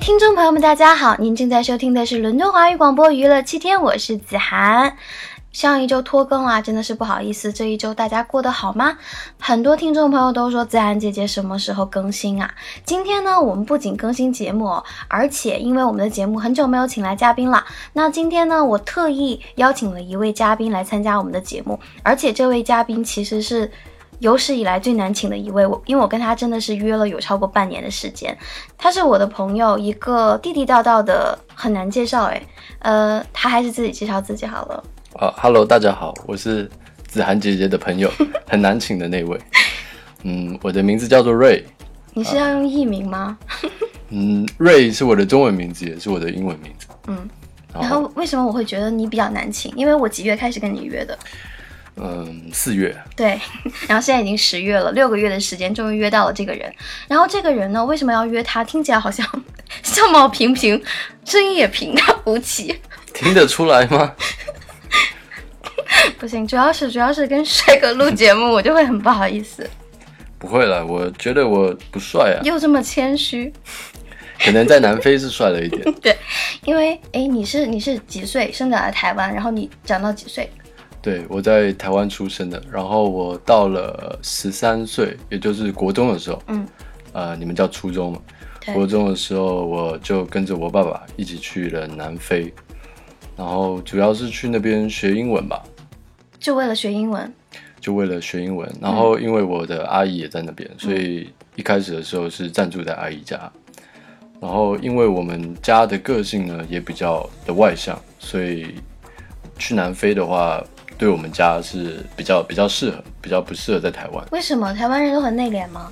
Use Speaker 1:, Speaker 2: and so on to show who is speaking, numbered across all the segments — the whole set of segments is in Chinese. Speaker 1: 听众朋友们，大家好！您正在收听的是伦敦华语广播娱乐七天，我是子涵。上一周拖更啊，真的是不好意思。这一周大家过得好吗？很多听众朋友都说子涵姐姐什么时候更新啊？今天呢，我们不仅更新节目哦，而且因为我们的节目很久没有请来嘉宾了，那今天呢，我特意邀请了一位嘉宾来参加我们的节目，而且这位嘉宾其实是。有史以来最难请的一位，我因为我跟他真的是约了有超过半年的时间，他是我的朋友，一个地地道道的很难介绍诶，呃，他还是自己介绍自己好了。
Speaker 2: 啊、哈 h e l l o 大家好，我是子涵姐姐的 朋友，很难请的那位。嗯，我的名字叫做瑞，
Speaker 1: 你是要用艺名吗？
Speaker 2: 嗯，瑞是我的中文名字，也是我的英文名字。
Speaker 1: 嗯，
Speaker 2: 然
Speaker 1: 然
Speaker 2: 后
Speaker 1: 后为什么我会觉得你比较难请？因为我几月开始跟你约的？
Speaker 2: 嗯，四月，
Speaker 1: 对， 然后现在已经十月了，六个月的时间终于约到了这个人。然后这个人呢，为什么要约他？听起来好像 相貌平平，声音也平淡无奇。
Speaker 2: 听得出来吗？
Speaker 1: 不行，主要是主要是跟帅哥录节目，我就会很不好意思，
Speaker 2: 不会了，我觉得我不帅啊，
Speaker 1: 又这么谦虚。
Speaker 2: 可能在南非是帅了一点。
Speaker 1: 因为哎，你是你是几岁生长在台湾，然后你长到几岁？
Speaker 2: 对，我在台湾出生的，然后我到了十三岁，也就是国中的时候，
Speaker 1: 嗯，
Speaker 2: 呃，你们叫初中嘛，
Speaker 1: 对
Speaker 2: 国中的时候，我就跟着我爸爸一起去了南非，然后主要是去那边学英文吧，
Speaker 1: 就为了学英文，
Speaker 2: 就为了学英文。然后因为我的阿姨也在那边，所以一开始的时候是暂住在阿姨家。然后因为我们家的个性呢也比较的外向，所以去南非的话，对我们家是比较比较适合，比较不适合在台湾。
Speaker 1: 为什么台湾人都很内敛吗？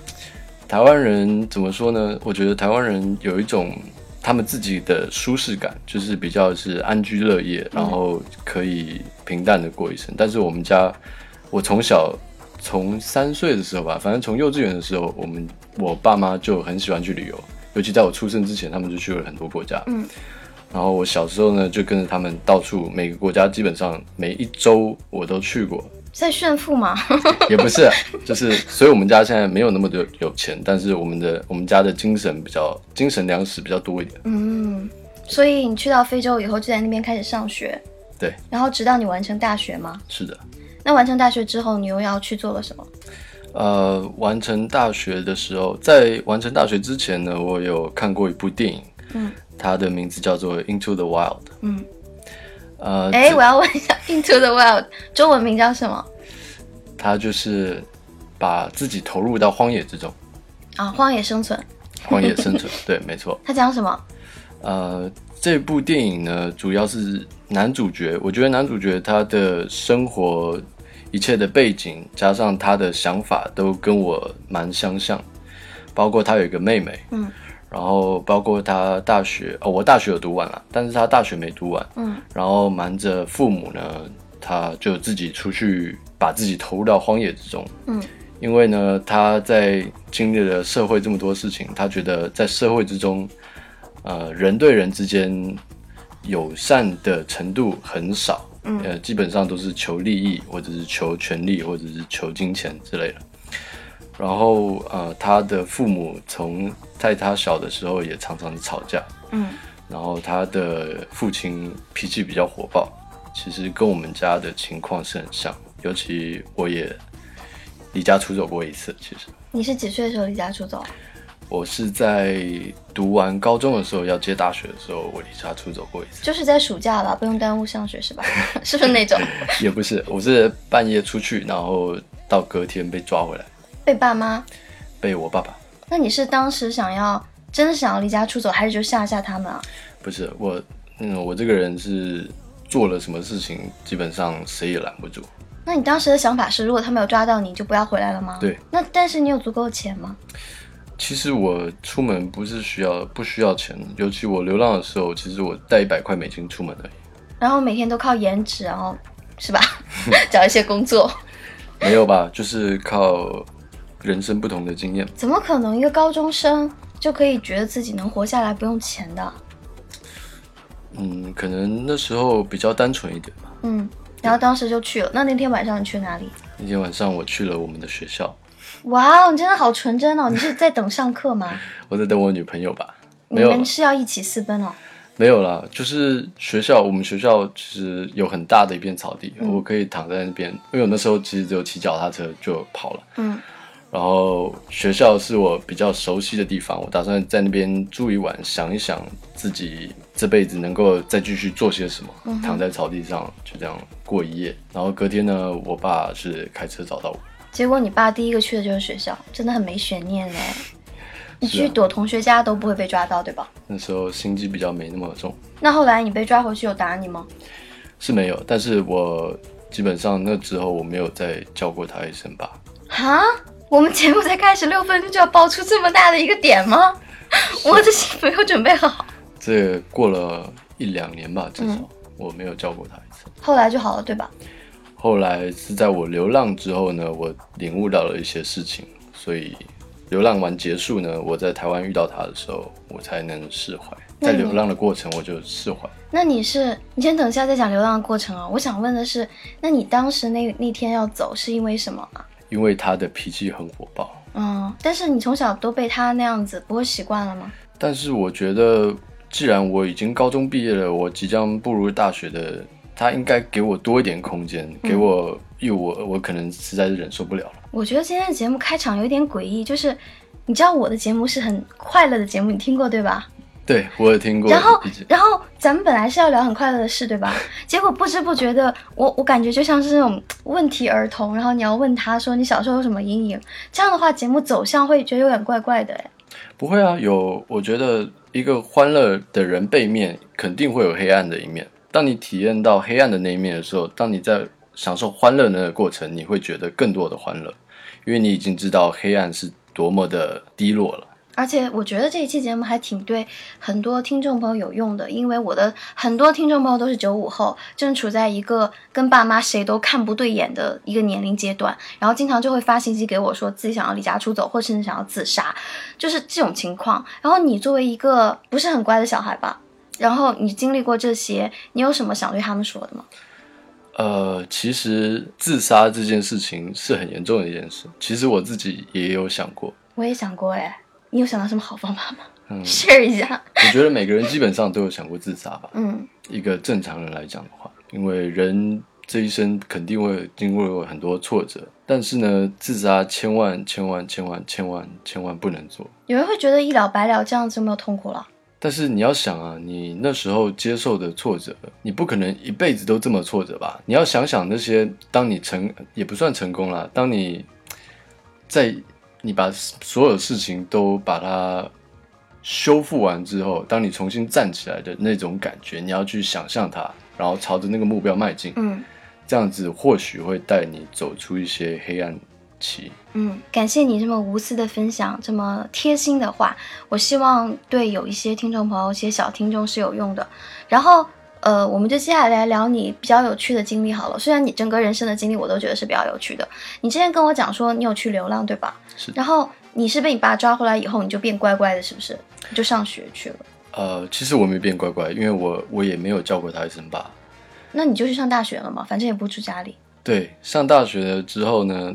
Speaker 2: 台湾人怎么说呢？我觉得台湾人有一种他们自己的舒适感，就是比较是安居乐业，然后可以平淡的过一生。但是我们家，我从小从三岁的时候吧，反正从幼稚园的时候，我们我爸妈就很喜欢去旅游，尤其在我出生之前，他们就去了很多国家。
Speaker 1: 嗯，
Speaker 2: 然后我小时候呢，就跟着他们到处每个国家，基本上每一周我都去过，
Speaker 1: 在炫富吗？
Speaker 2: 也不是啊，就是，所以我们家现在没有那么多有钱，但是我们的我们家的精神比较精神粮食比较多一点。
Speaker 1: 嗯，所以你去到非洲以后就在那边开始上学，
Speaker 2: 对，
Speaker 1: 然后直到你完成大学吗？
Speaker 2: 是的，
Speaker 1: 那完成大学之后，你又要去做了什么？
Speaker 2: 呃，完成大学的时候，在完成大学之前呢，我有看过一部电影，
Speaker 1: 嗯，
Speaker 2: 它的名字叫做《Into the Wild》。
Speaker 1: 嗯，
Speaker 2: 呃，
Speaker 1: 哎，
Speaker 2: 这
Speaker 1: 我要问一下，《Into the Wild》中文名叫什么？
Speaker 2: 它就是把自己投入到荒野之中，
Speaker 1: 啊，《荒野生存》。
Speaker 2: 荒野生 存。对，没错。
Speaker 1: 它讲什么？
Speaker 2: 呃，这部电影呢，主要是男主角，我觉得男主角他的生活一切的背景，加上他的想法，都跟我蛮相像。包括他有一个妹妹，
Speaker 1: 嗯，
Speaker 2: 然后包括他大学，哦，我大学有读完了，但是他大学没读完，
Speaker 1: 嗯，
Speaker 2: 然后瞒着父母呢，他就自己出去，把自己投入到荒野之中，
Speaker 1: 嗯，
Speaker 2: 因为呢，他在经历了社会这么多事情，他觉得在社会之中，呃，人对人之间友善的程度很少，
Speaker 1: 嗯
Speaker 2: 呃，基本上都是求利益，或者是求权利，或者是求金钱之类的。然后呃，他的父母从在他小的时候也常常吵架，
Speaker 1: 嗯，
Speaker 2: 然后他的父亲脾气比较火爆，其实跟我们家的情况是很像，尤其我也离家出走过一次。其实
Speaker 1: 你是几岁的时候离家出走？
Speaker 2: 我是在读完高中的时候要接大学的时候，我离家出走过一次，
Speaker 1: 就是在暑假吧，不用耽误上学是吧？ 是不是 那种
Speaker 2: 也不是，我是半夜出去，然后到隔天被抓回来，
Speaker 1: 被爸妈？
Speaker 2: 被我爸爸
Speaker 1: 那你是当时想要真的想要离家出走，还是就吓吓他们啊？
Speaker 2: 不是我，嗯，我这个人是做了什么事情，基本上谁也拦不住。
Speaker 1: 那你当时的想法是，如果他没有抓到你，就不要回来了吗？
Speaker 2: 对。
Speaker 1: 那但是你有足够的钱吗？
Speaker 2: 其实我出门不是需要不需要钱，尤其我流浪的时候，其实我带一百块美金出门而已，
Speaker 1: 然后每天都靠颜值，然后是吧？ 找一些工作，
Speaker 2: 没有吧？就是靠人生不同的经验。
Speaker 1: 怎么可能一个高中生就可以觉得自己能活下来不用钱的？
Speaker 2: 嗯，可能那时候比较单纯一点吧。
Speaker 1: 嗯。然后当时就去了。那那天晚上你去哪里？
Speaker 2: 那天晚上我去了我们的学校，
Speaker 1: 哇哦，你真的好纯真哦！你是在等上课吗？
Speaker 2: 我在等我女朋友吧。
Speaker 1: 你
Speaker 2: 没有
Speaker 1: 们是要一起私奔哦。
Speaker 2: 没有啦，就是学校，我们学校其实有很大的一片草地，我可以躺在那边，因为我那时候其实只有骑脚踏车就跑了。
Speaker 1: 嗯，
Speaker 2: 然后学校是我比较熟悉的地方，我打算在那边住一晚，想一想自己这辈子能够再继续做些什么。躺在草地上就这样过一夜，然后隔天呢，我爸是开车找到我。
Speaker 1: 结果你爸第一个去的就是学校，真的很没悬念嘞。你
Speaker 2: 是
Speaker 1: 去
Speaker 2: 啊
Speaker 1: 躲同学家都不会被抓到，对吧？
Speaker 2: 那时候心机比较没那么重，
Speaker 1: 那后来你被抓回去有打你吗？
Speaker 2: 是没有，但是我基本上那之后我没有再叫过他一声爸。
Speaker 1: 哈，我们节目才开始六分钟就要爆出这么大的一个点吗？我的心没有准备好。
Speaker 2: 这过了一两年吧，至少、
Speaker 1: 嗯
Speaker 2: 我没有叫过他一次。
Speaker 1: 后来就好了，对吧？
Speaker 2: 后来是在我流浪之后呢，我领悟到了一些事情，所以流浪完结束呢，我在台湾遇到他的时候，我才能释怀。
Speaker 1: 那
Speaker 2: 在
Speaker 1: 你
Speaker 2: 流浪的过程，我就释怀。
Speaker 1: 那你是，你先等一下再讲流浪的过程啊。我想问的是，那你当时那那天要走是因为什么啊？
Speaker 2: 因为他的脾气很火爆，
Speaker 1: 嗯，但是你从小都被他那样子，不会习惯了吗？
Speaker 2: 但是我觉得，既然我已经高中毕业了，我即将步入大学的，他应该给我多一点空间，给我，因为我我可能实在是忍受不了了。
Speaker 1: 我觉得今天的节目开场有点诡异，就是你知道我的节目是很快乐的节目，你听过对吧？
Speaker 2: 对我也听过一集，
Speaker 1: 然后，然后咱们本来是要聊很快乐的事，对吧？结果不知不觉的，我我感觉就像是那种问题儿童，然后你要问他说你小时候有什么阴影，这样的话节目走向会觉得有点怪怪的，哎，
Speaker 2: 不会啊，有，我觉得一个欢乐的人背面肯定会有黑暗的一面。当你体验到黑暗的那一面的时候，当你在享受欢乐的那个过程，你会觉得更多的欢乐，因为你已经知道黑暗是多么的低落了。
Speaker 1: 而且我觉得这一期节目还挺对很多听众朋友有用的，因为我的很多听众朋友都是九五后，正处在一个跟爸妈谁都看不对眼的一个年龄阶段，然后经常就会发信息给我说自己想要离家出走，或甚至想要自杀，就是这种情况。然后你作为一个不是很乖的小孩吧，然后你经历过这些，你有什么想对他们说的吗？
Speaker 2: 呃，其实自杀这件事情是很严重的一件事。其实我自己也有想过，
Speaker 1: 我也想过哎，你有想到什么好方法吗、
Speaker 2: 嗯
Speaker 1: s h a r e 一下。
Speaker 2: 我觉得每个人基本上都有想过自杀吧。
Speaker 1: 嗯，
Speaker 2: 一个正常人来讲的话，因为人这一生肯定会经过很多挫折，但是呢，自杀千万千万千万千万千万不能做。
Speaker 1: 有人会觉得一了百了这样子有没有痛苦了？
Speaker 2: 但是你要想啊，你那时候接受的挫折，你不可能一辈子都这么挫折吧？你要想想那些，当你成也不算成功啦，当你在你把所有事情都把它修复完之后，当你重新站起来的那种感觉，你要去想象它，然后朝着那个目标迈进。
Speaker 1: 嗯。
Speaker 2: 这样子或许会带你走出一些黑暗期。
Speaker 1: 嗯，感谢你这么无私的分享，这么贴心的话，我希望对有一些听众朋友、一些小听众是有用的。然后，呃，我们就接下来聊你比较有趣的经历好了。虽然你整个人生的经历我都觉得是比较有趣的，你之前跟我讲说你有去流浪，对吧？
Speaker 2: 是
Speaker 1: 然后你是被你爸抓回来以后，你就变乖乖的，是不是？你就上学去了？
Speaker 2: 呃，其实我没变乖乖，因为我我也没有叫过他一声爸。
Speaker 1: 那你就去上大学了嘛，反正也不住家里。
Speaker 2: 对，上大学了之后呢，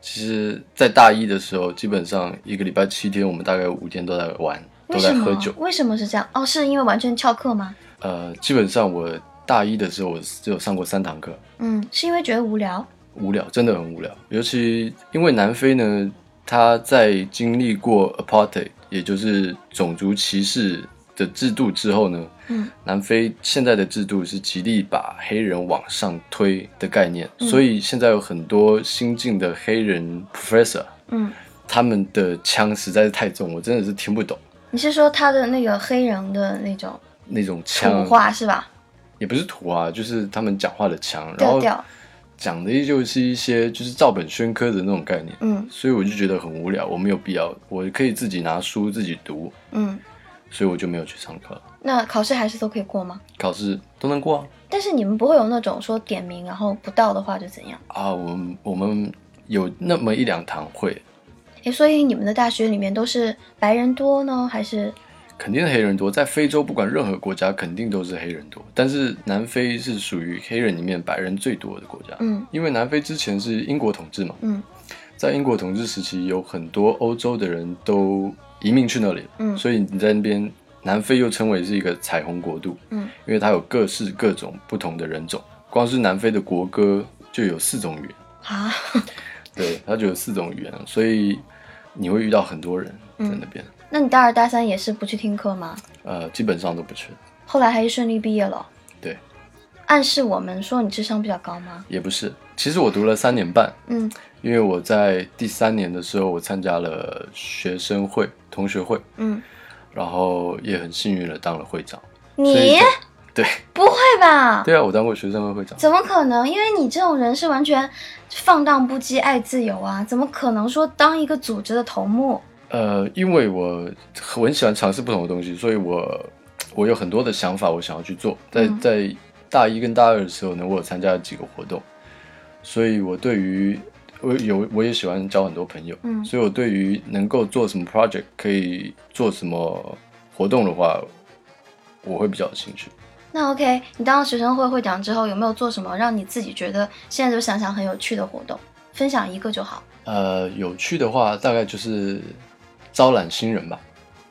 Speaker 2: 其实，在大一的时候，基本上一个礼拜七天，我们大概五天都在玩，
Speaker 1: 为
Speaker 2: 都
Speaker 1: 什
Speaker 2: 在
Speaker 1: 么
Speaker 2: 喝酒？。
Speaker 1: 为什么是这样？哦，是因为完全翘课吗？
Speaker 2: 呃，基本上我大一的时候，我只有上过三堂课，
Speaker 1: 嗯，是因为觉得无聊。
Speaker 2: 无聊，真的很无聊。尤其因为南非呢，它在经历过 apartheid，也就是种族歧视的制度之后呢，
Speaker 1: 嗯，
Speaker 2: 南非现在的制度是极力把黑人往上推的概念，
Speaker 1: 嗯
Speaker 2: 所以现在有很多新进的黑人 professor，
Speaker 1: 嗯。
Speaker 2: 他们的腔实在是太重，我真的是听不懂
Speaker 1: 你是说他的那个黑人的那种
Speaker 2: 那种
Speaker 1: 土
Speaker 2: 腔，
Speaker 1: 话是吧？
Speaker 2: 也不是土啊，就是他们讲话的腔，然
Speaker 1: 调
Speaker 2: 后
Speaker 1: 调，
Speaker 2: 讲的就是一些就是照本宣科的那种概念。
Speaker 1: 嗯
Speaker 2: 所以我就觉得很无聊，我没有必要，我可以自己拿书自己读，
Speaker 1: 嗯。
Speaker 2: 所以我就没有去上课。
Speaker 1: 那考试还是都可以过吗？
Speaker 2: 考试都能过啊
Speaker 1: 但是你们不会有那种说点名然后不到的话就怎样？
Speaker 2: 啊！啊，我们我们有那么一两堂会，
Speaker 1: 诶，所以你们的大学里面都是白人多呢，还是
Speaker 2: 肯定黑人多，在非洲不管任何国家肯定都是黑人多，但是南非是属于黑人里面白人最多的国家，
Speaker 1: 嗯
Speaker 2: 因为南非之前是英国统治嘛，
Speaker 1: 嗯
Speaker 2: 在英国统治时期有很多欧洲的人都移民去那里，
Speaker 1: 嗯
Speaker 2: 所以你在那边南非又称为是一个彩虹国度，
Speaker 1: 嗯，
Speaker 2: 因为它有各式各种不同的人种。光是南非的国歌就有四种语言，
Speaker 1: 啊，
Speaker 2: 对，它就有四种语言，所以你会遇到很多人在那边。
Speaker 1: 那你大二大三也是不去听课吗？
Speaker 2: 呃，基本上都不去，
Speaker 1: 后来还是顺利毕业了？
Speaker 2: 对，
Speaker 1: 暗示我们说你智商比较高吗？
Speaker 2: 也不是。其实我读了三年半，
Speaker 1: 嗯
Speaker 2: 因为我在第三年的时候，我参加了学生会、同学会，
Speaker 1: 嗯，
Speaker 2: 然后也很幸运的当了会长。所以
Speaker 1: 你
Speaker 2: 在对
Speaker 1: 不会吧？
Speaker 2: 对啊，我当过学生会会长。
Speaker 1: 怎么可能？因为你这种人是完全放荡不羁、爱自由啊，怎么可能说当一个组织的头目？
Speaker 2: 呃，因为我我很喜欢尝试不同的东西，所以我我有很多的想法，我想要去做。在
Speaker 1: 嗯
Speaker 2: 在大一跟大二的时候呢，我有参加了几个活动，所以我对于我有我也喜欢交很多朋友，
Speaker 1: 嗯
Speaker 2: 所以我对于能够做什么 project 可以做什么活动的话，我会比较有兴趣。
Speaker 1: 那 OK，你当了学生会会长之后，有没有做什么让你自己觉得现在就想想很有趣的活动？分享一个就好，
Speaker 2: 呃，有趣的话，大概就是招揽新人吧，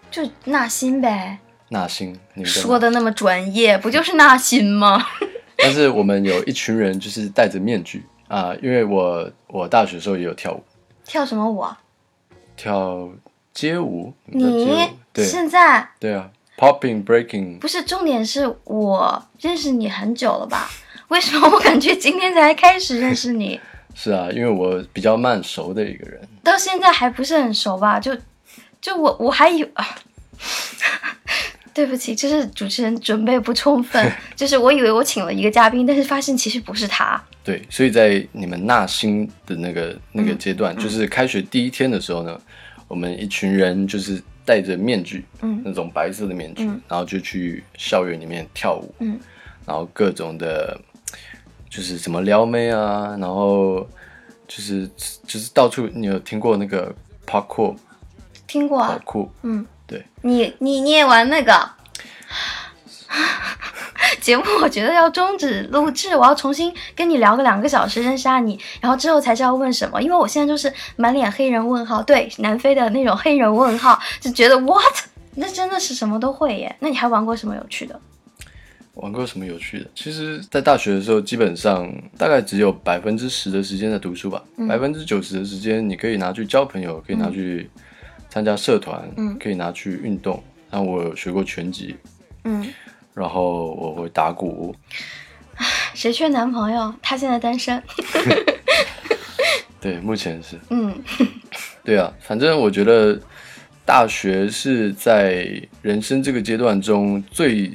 Speaker 1: 就纳新呗。
Speaker 2: 纳新。你们在
Speaker 1: 说
Speaker 2: 吗，
Speaker 1: 的那么专业，不就是纳新吗？
Speaker 2: 但是我们有一群人就是戴着面具啊、因为我我大学的时候也有跳舞，
Speaker 1: 跳什么舞啊？
Speaker 2: 跳街舞，你们知道街舞
Speaker 1: 你
Speaker 2: 对
Speaker 1: 现在
Speaker 2: 对啊，popping breaking，
Speaker 1: 不是重点是我认识你很久了吧？为什么我感觉今天才开始认识你，
Speaker 2: 是啊，因为我比较慢熟的一个人，
Speaker 1: 到现在还不是很熟吧？就就我我还以啊， 对不起，就是主持人准备不充分，就是我以为我请了一个嘉宾，但是发现其实不是他。
Speaker 2: 对，所以在你们纳新的那个那
Speaker 1: 嗯
Speaker 2: 个阶段，就是开学第一天的时候呢，我们一群人就是戴着面具，
Speaker 1: 嗯
Speaker 2: 那种白色的面具，
Speaker 1: 嗯
Speaker 2: 然后就去校园里面跳舞，
Speaker 1: 嗯，
Speaker 2: 然后各种的，就是什么撩妹啊，然后就是就是到处，你有听过那个 parkour
Speaker 1: 听过
Speaker 2: 跑
Speaker 1: 啊，
Speaker 2: 酷？
Speaker 1: 嗯，
Speaker 2: 对，
Speaker 1: 你你你也玩那个？ 节目我觉得要终止录制，我要重新跟你聊个两个小时，认识下你，然后之后才知道问什么，因为我现在就是满脸黑人问号，对，南非的那种黑人问号，就觉得 what，那真的是什么都会耶。那你还玩过什么有趣的？
Speaker 2: 玩过什么有趣的？其实，在大学的时候，基本上大概只有百分之十的时间在读书吧，百分之九十的时间你可以拿去交朋友，可以拿去参加社团，
Speaker 1: 嗯
Speaker 2: 可以拿去运动。然后我有学过拳击，
Speaker 1: 嗯，
Speaker 2: 然后我会打鼓，
Speaker 1: 谁缺男朋友？他现在单身。
Speaker 2: 对，目前是
Speaker 1: 嗯
Speaker 2: 对啊，反正我觉得大学是在人生这个阶段中最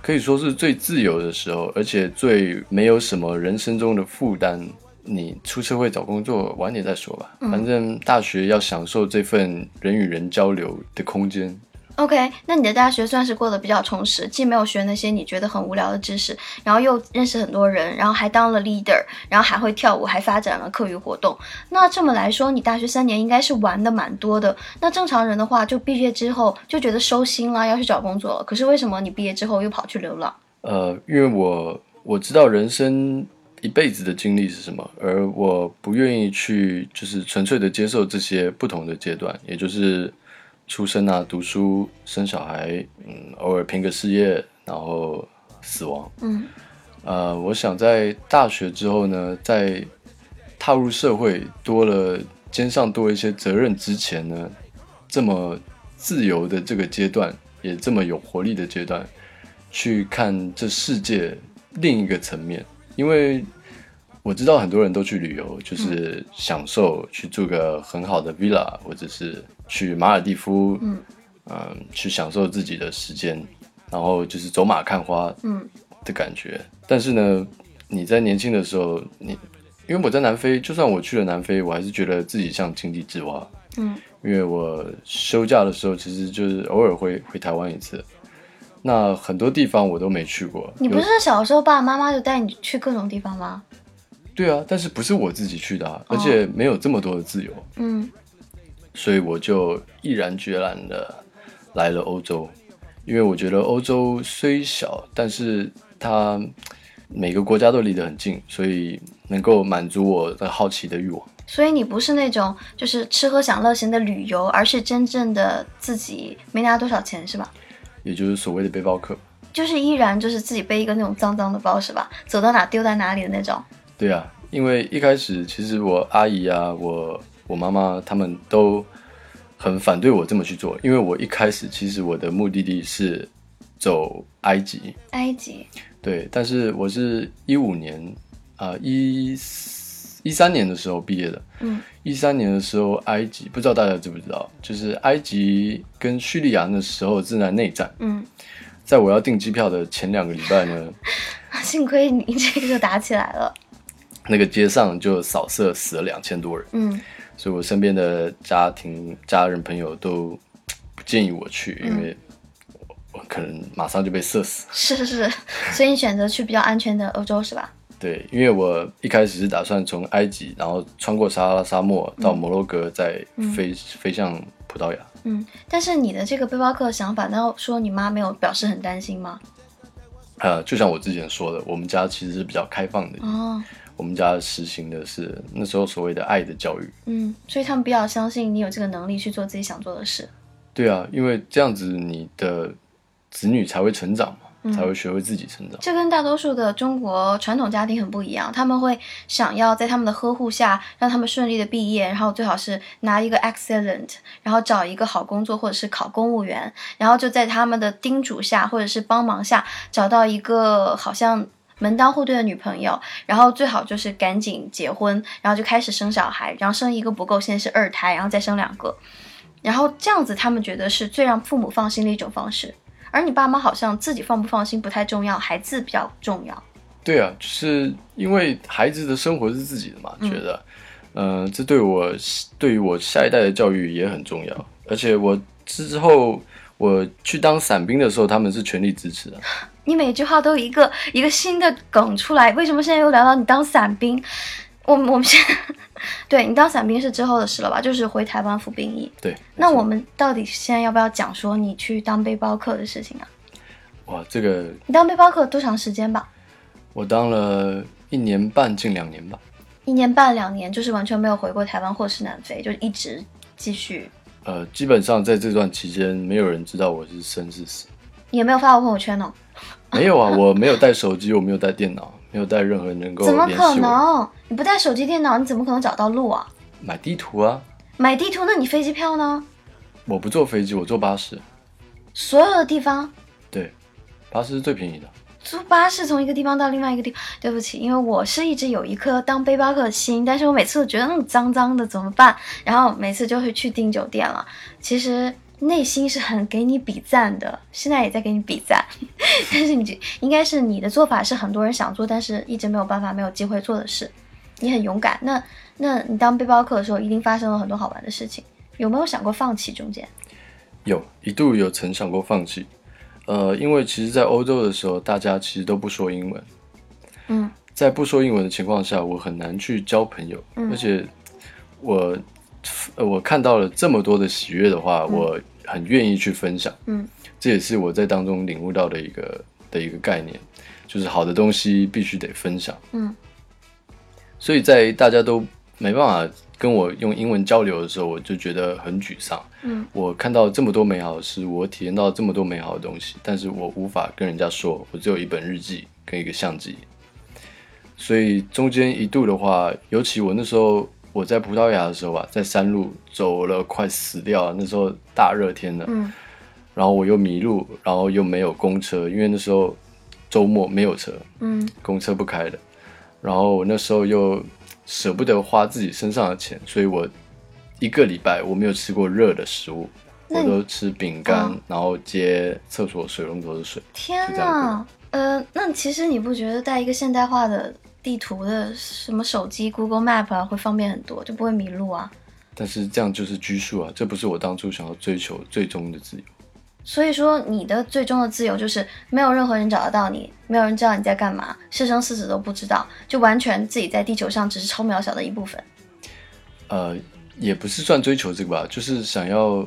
Speaker 2: 可以说是最自由的时候，而且最没有什么人生中的负担。你出社会找工作，晚点再说吧。反正大学要享受这份人与人交流的空间。
Speaker 1: ，OK，那你的大学算是过得比较充实，既没有学那些你觉得很无聊的知识，然后又认识很多人，然后还当了 leader，然后还会跳舞，还发展了课余活动。那这么来说，你大学三年应该是玩的蛮多的。那正常人的话，就毕业之后就觉得收心啦，要去找工作了。可是为什么你毕业之后又跑去流浪？
Speaker 2: 呃，因为我我知道人生一辈子的经历是什么，而我不愿意去就是纯粹的接受这些不同的阶段，也就是出生啊、读书、生小孩，嗯，偶尔拼个事业，然后死亡。
Speaker 1: 嗯
Speaker 2: 呃，我想在大学之后呢，在踏入社会多了肩上多一些责任之前呢，这么自由的这个阶段，也这么有活力的阶段，去看这世界另一个层面，因为。我知道很多人都去旅游，
Speaker 1: 嗯
Speaker 2: 就是享受去住个很好的 villa，或者是去马尔蒂夫，
Speaker 1: 嗯
Speaker 2: 嗯，去享受自己的时间，然后就是走马看花，
Speaker 1: 嗯
Speaker 2: 的感觉。但是呢，你在年轻的时候，你因为我在南非，就算我去了南非，我还是觉得自己像井底之蛙。
Speaker 1: 嗯，
Speaker 2: 因为我休假的时候，其实就是偶尔会回台湾一次。那很多地方我都没去过，
Speaker 1: 你不
Speaker 2: 有
Speaker 1: 是小时候爸爸妈妈就带你去各种地方吗？
Speaker 2: 对啊，但是不是我自己去的、啊，而且没有这么多的自由，
Speaker 1: 嗯
Speaker 2: 所以我就毅然决然的来了欧洲，因为我觉得欧洲虽小，但是它嗯每个国家都离得很近，所以能够满足我的好奇的欲望。
Speaker 1: 所以你不是那种就是吃喝享乐型的旅游，而是真正的自己没拿多少钱是吧？
Speaker 2: 也就是所谓的背包客。
Speaker 1: 就是依然就是自己背一个那种脏脏的包是吧？走到哪丢在哪里的那种。
Speaker 2: 对啊，因为一开始其实我阿姨啊，我我妈妈他们都很反对我这么去做，因为我一开始其实我的目的地是走埃及，
Speaker 1: 埃及，
Speaker 2: 对，但是我是一五年啊一一三年的时候毕业的，
Speaker 1: 嗯，
Speaker 2: 一三年的时候埃及不知道大家知不知道，就是埃及跟叙利亚那时候正在内战，
Speaker 1: 嗯，
Speaker 2: 在我要订机票的前两个礼拜呢，
Speaker 1: 幸亏你这个就打起来了。
Speaker 2: 那个街上就扫射死了两千多人。
Speaker 1: 嗯
Speaker 2: 所以我身边的家庭、家人、朋友都不建议我去，因为我可能马上就被射死。，
Speaker 1: 是是，所以你选择去比较安全的欧洲是吧？
Speaker 2: 对，因为我一开始是打算从埃及，然后穿过撒哈拉沙漠到摩洛哥，再飞、飞向葡萄牙。
Speaker 1: 嗯，但是你的这个背包客的想法，难道说你妈没有表示很担心吗？
Speaker 2: 呃，就像我之前说的，我们家其实是比较开放的，
Speaker 1: 哦，
Speaker 2: 我们家实行的是那时候所谓的爱的教育。
Speaker 1: 嗯，所以他们比较相信你有这个能力去做自己想做的事。
Speaker 2: 对啊，因为这样子你的子女才会成长嘛，才会学会自己成长。
Speaker 1: 这跟大多数的中国传统家庭很不一样，他们会想要在他们的呵护下，让他们顺利的毕业，然后最好是拿一个 excellent，然后找一个好工作或者是考公务员，然后就在他们的叮嘱下或者是帮忙下，找到一个好像门当户对的女朋友，然后最好就是赶紧结婚，然后就开始生小孩，然后生一个不够，现在是二胎，然后再生两个，然后这样子他们觉得是最让父母放心的一种方式。而你爸妈好像自己放不放心不太重要，孩子比较重要。
Speaker 2: 对啊，就是因为孩子的生活是自己的嘛，觉得，嗯、呃，这对我对于我下一代的教育也很重要。而且我之后我去当伞兵的时候，他们是全力支持的。
Speaker 1: 你每句话都有一个一个新的梗出来，为什么现在又聊到你当伞兵？我们我们现在对你当伞兵是之后的事了吧？就是回台湾服兵役。
Speaker 2: 对，
Speaker 1: 那我们到底现在要不要讲说你去当背包客的事情啊？
Speaker 2: 哇，这个
Speaker 1: 你当背包客多长时间吧？
Speaker 2: 我当了一年半，近两年吧。
Speaker 1: 一年半两年，就是完全没有回过台湾或是南非，就一直继续，
Speaker 2: 呃，基本上在这段期间，没有人知道我是生是死。
Speaker 1: 也没有发过朋友圈哦。
Speaker 2: 没 有啊，我没有带手机，我没有带电脑，没有带任何能够
Speaker 1: 怎么
Speaker 2: 联
Speaker 1: 可
Speaker 2: 系我
Speaker 1: 能？你不带手机、电脑，你怎么可能找到路啊？
Speaker 2: 买地图啊。
Speaker 1: 买地图，那你飞机票呢？
Speaker 2: 我不坐飞机，我坐巴士。
Speaker 1: 所有的地方
Speaker 2: 对，巴士是最便宜的。
Speaker 1: 租巴士从一个地方到另外一个地方。对不起，因为我是一直有一颗当背包客的心，但是我每次都觉得嗯脏脏的怎么办？然后每次就会去订酒店了。其实内心是很给你比赞的，现在也在给你比赞。 但是你这应该是你的做法是很多人想做，但是一直没有办法、没有机会做的事。你很勇敢，那那你当背包客的时候，一定发生了很多好玩的事情。有没有想过放弃中间？
Speaker 2: 有一度有曾想过放弃，呃，因为其实，在欧洲的时候，大家其实都不说英文，
Speaker 1: 嗯，
Speaker 2: 在不说英文的情况下，我很难去交朋友，
Speaker 1: 嗯
Speaker 2: 而且我呃我看到了这么多的喜悦的话，我很愿意去分享，
Speaker 1: 嗯，
Speaker 2: 这也是我在当中领悟到的一个的一个概念，就是好的东西必须得分享，
Speaker 1: 嗯，
Speaker 2: 所以在大家都没办法跟我用英文交流的时候，我就觉得很沮丧。我看到这么多美好的事，我体验到这么多美好的东西，但是我无法跟人家说，我只有一本日记跟一个相机。所以中间一度的话，尤其我那时候我在葡萄牙的时候吧，啊在山路走了快死掉了，那时候大热天的，
Speaker 1: 嗯
Speaker 2: 然后我又迷路，然后又没有公车，因为那时候周末没有车，
Speaker 1: 嗯
Speaker 2: 公车不开的。然后我那时候又舍不得花自己身上的钱，所以我一个礼拜我没有吃过热的食物，
Speaker 1: 那
Speaker 2: 我
Speaker 1: 你
Speaker 2: 都吃饼干，
Speaker 1: 嗯
Speaker 2: 然后接厕所水龙头的水。
Speaker 1: 天
Speaker 2: 就这样
Speaker 1: 呐，呃，那其实你不觉得带一个现代化的地图的什么手机 Google Map 啊，会方便很多，就不会迷路啊？
Speaker 2: 但是这样就是拘束啊，这不是我当初想要追求最终的自由。
Speaker 1: 所以说，你的最终的自由就是没有任何人找得到你，没有人知道你在干嘛，是生是死都不知道，就完全自己在地球上只是超渺小的一部分。
Speaker 2: 呃，也不是算追求这个吧，就是想要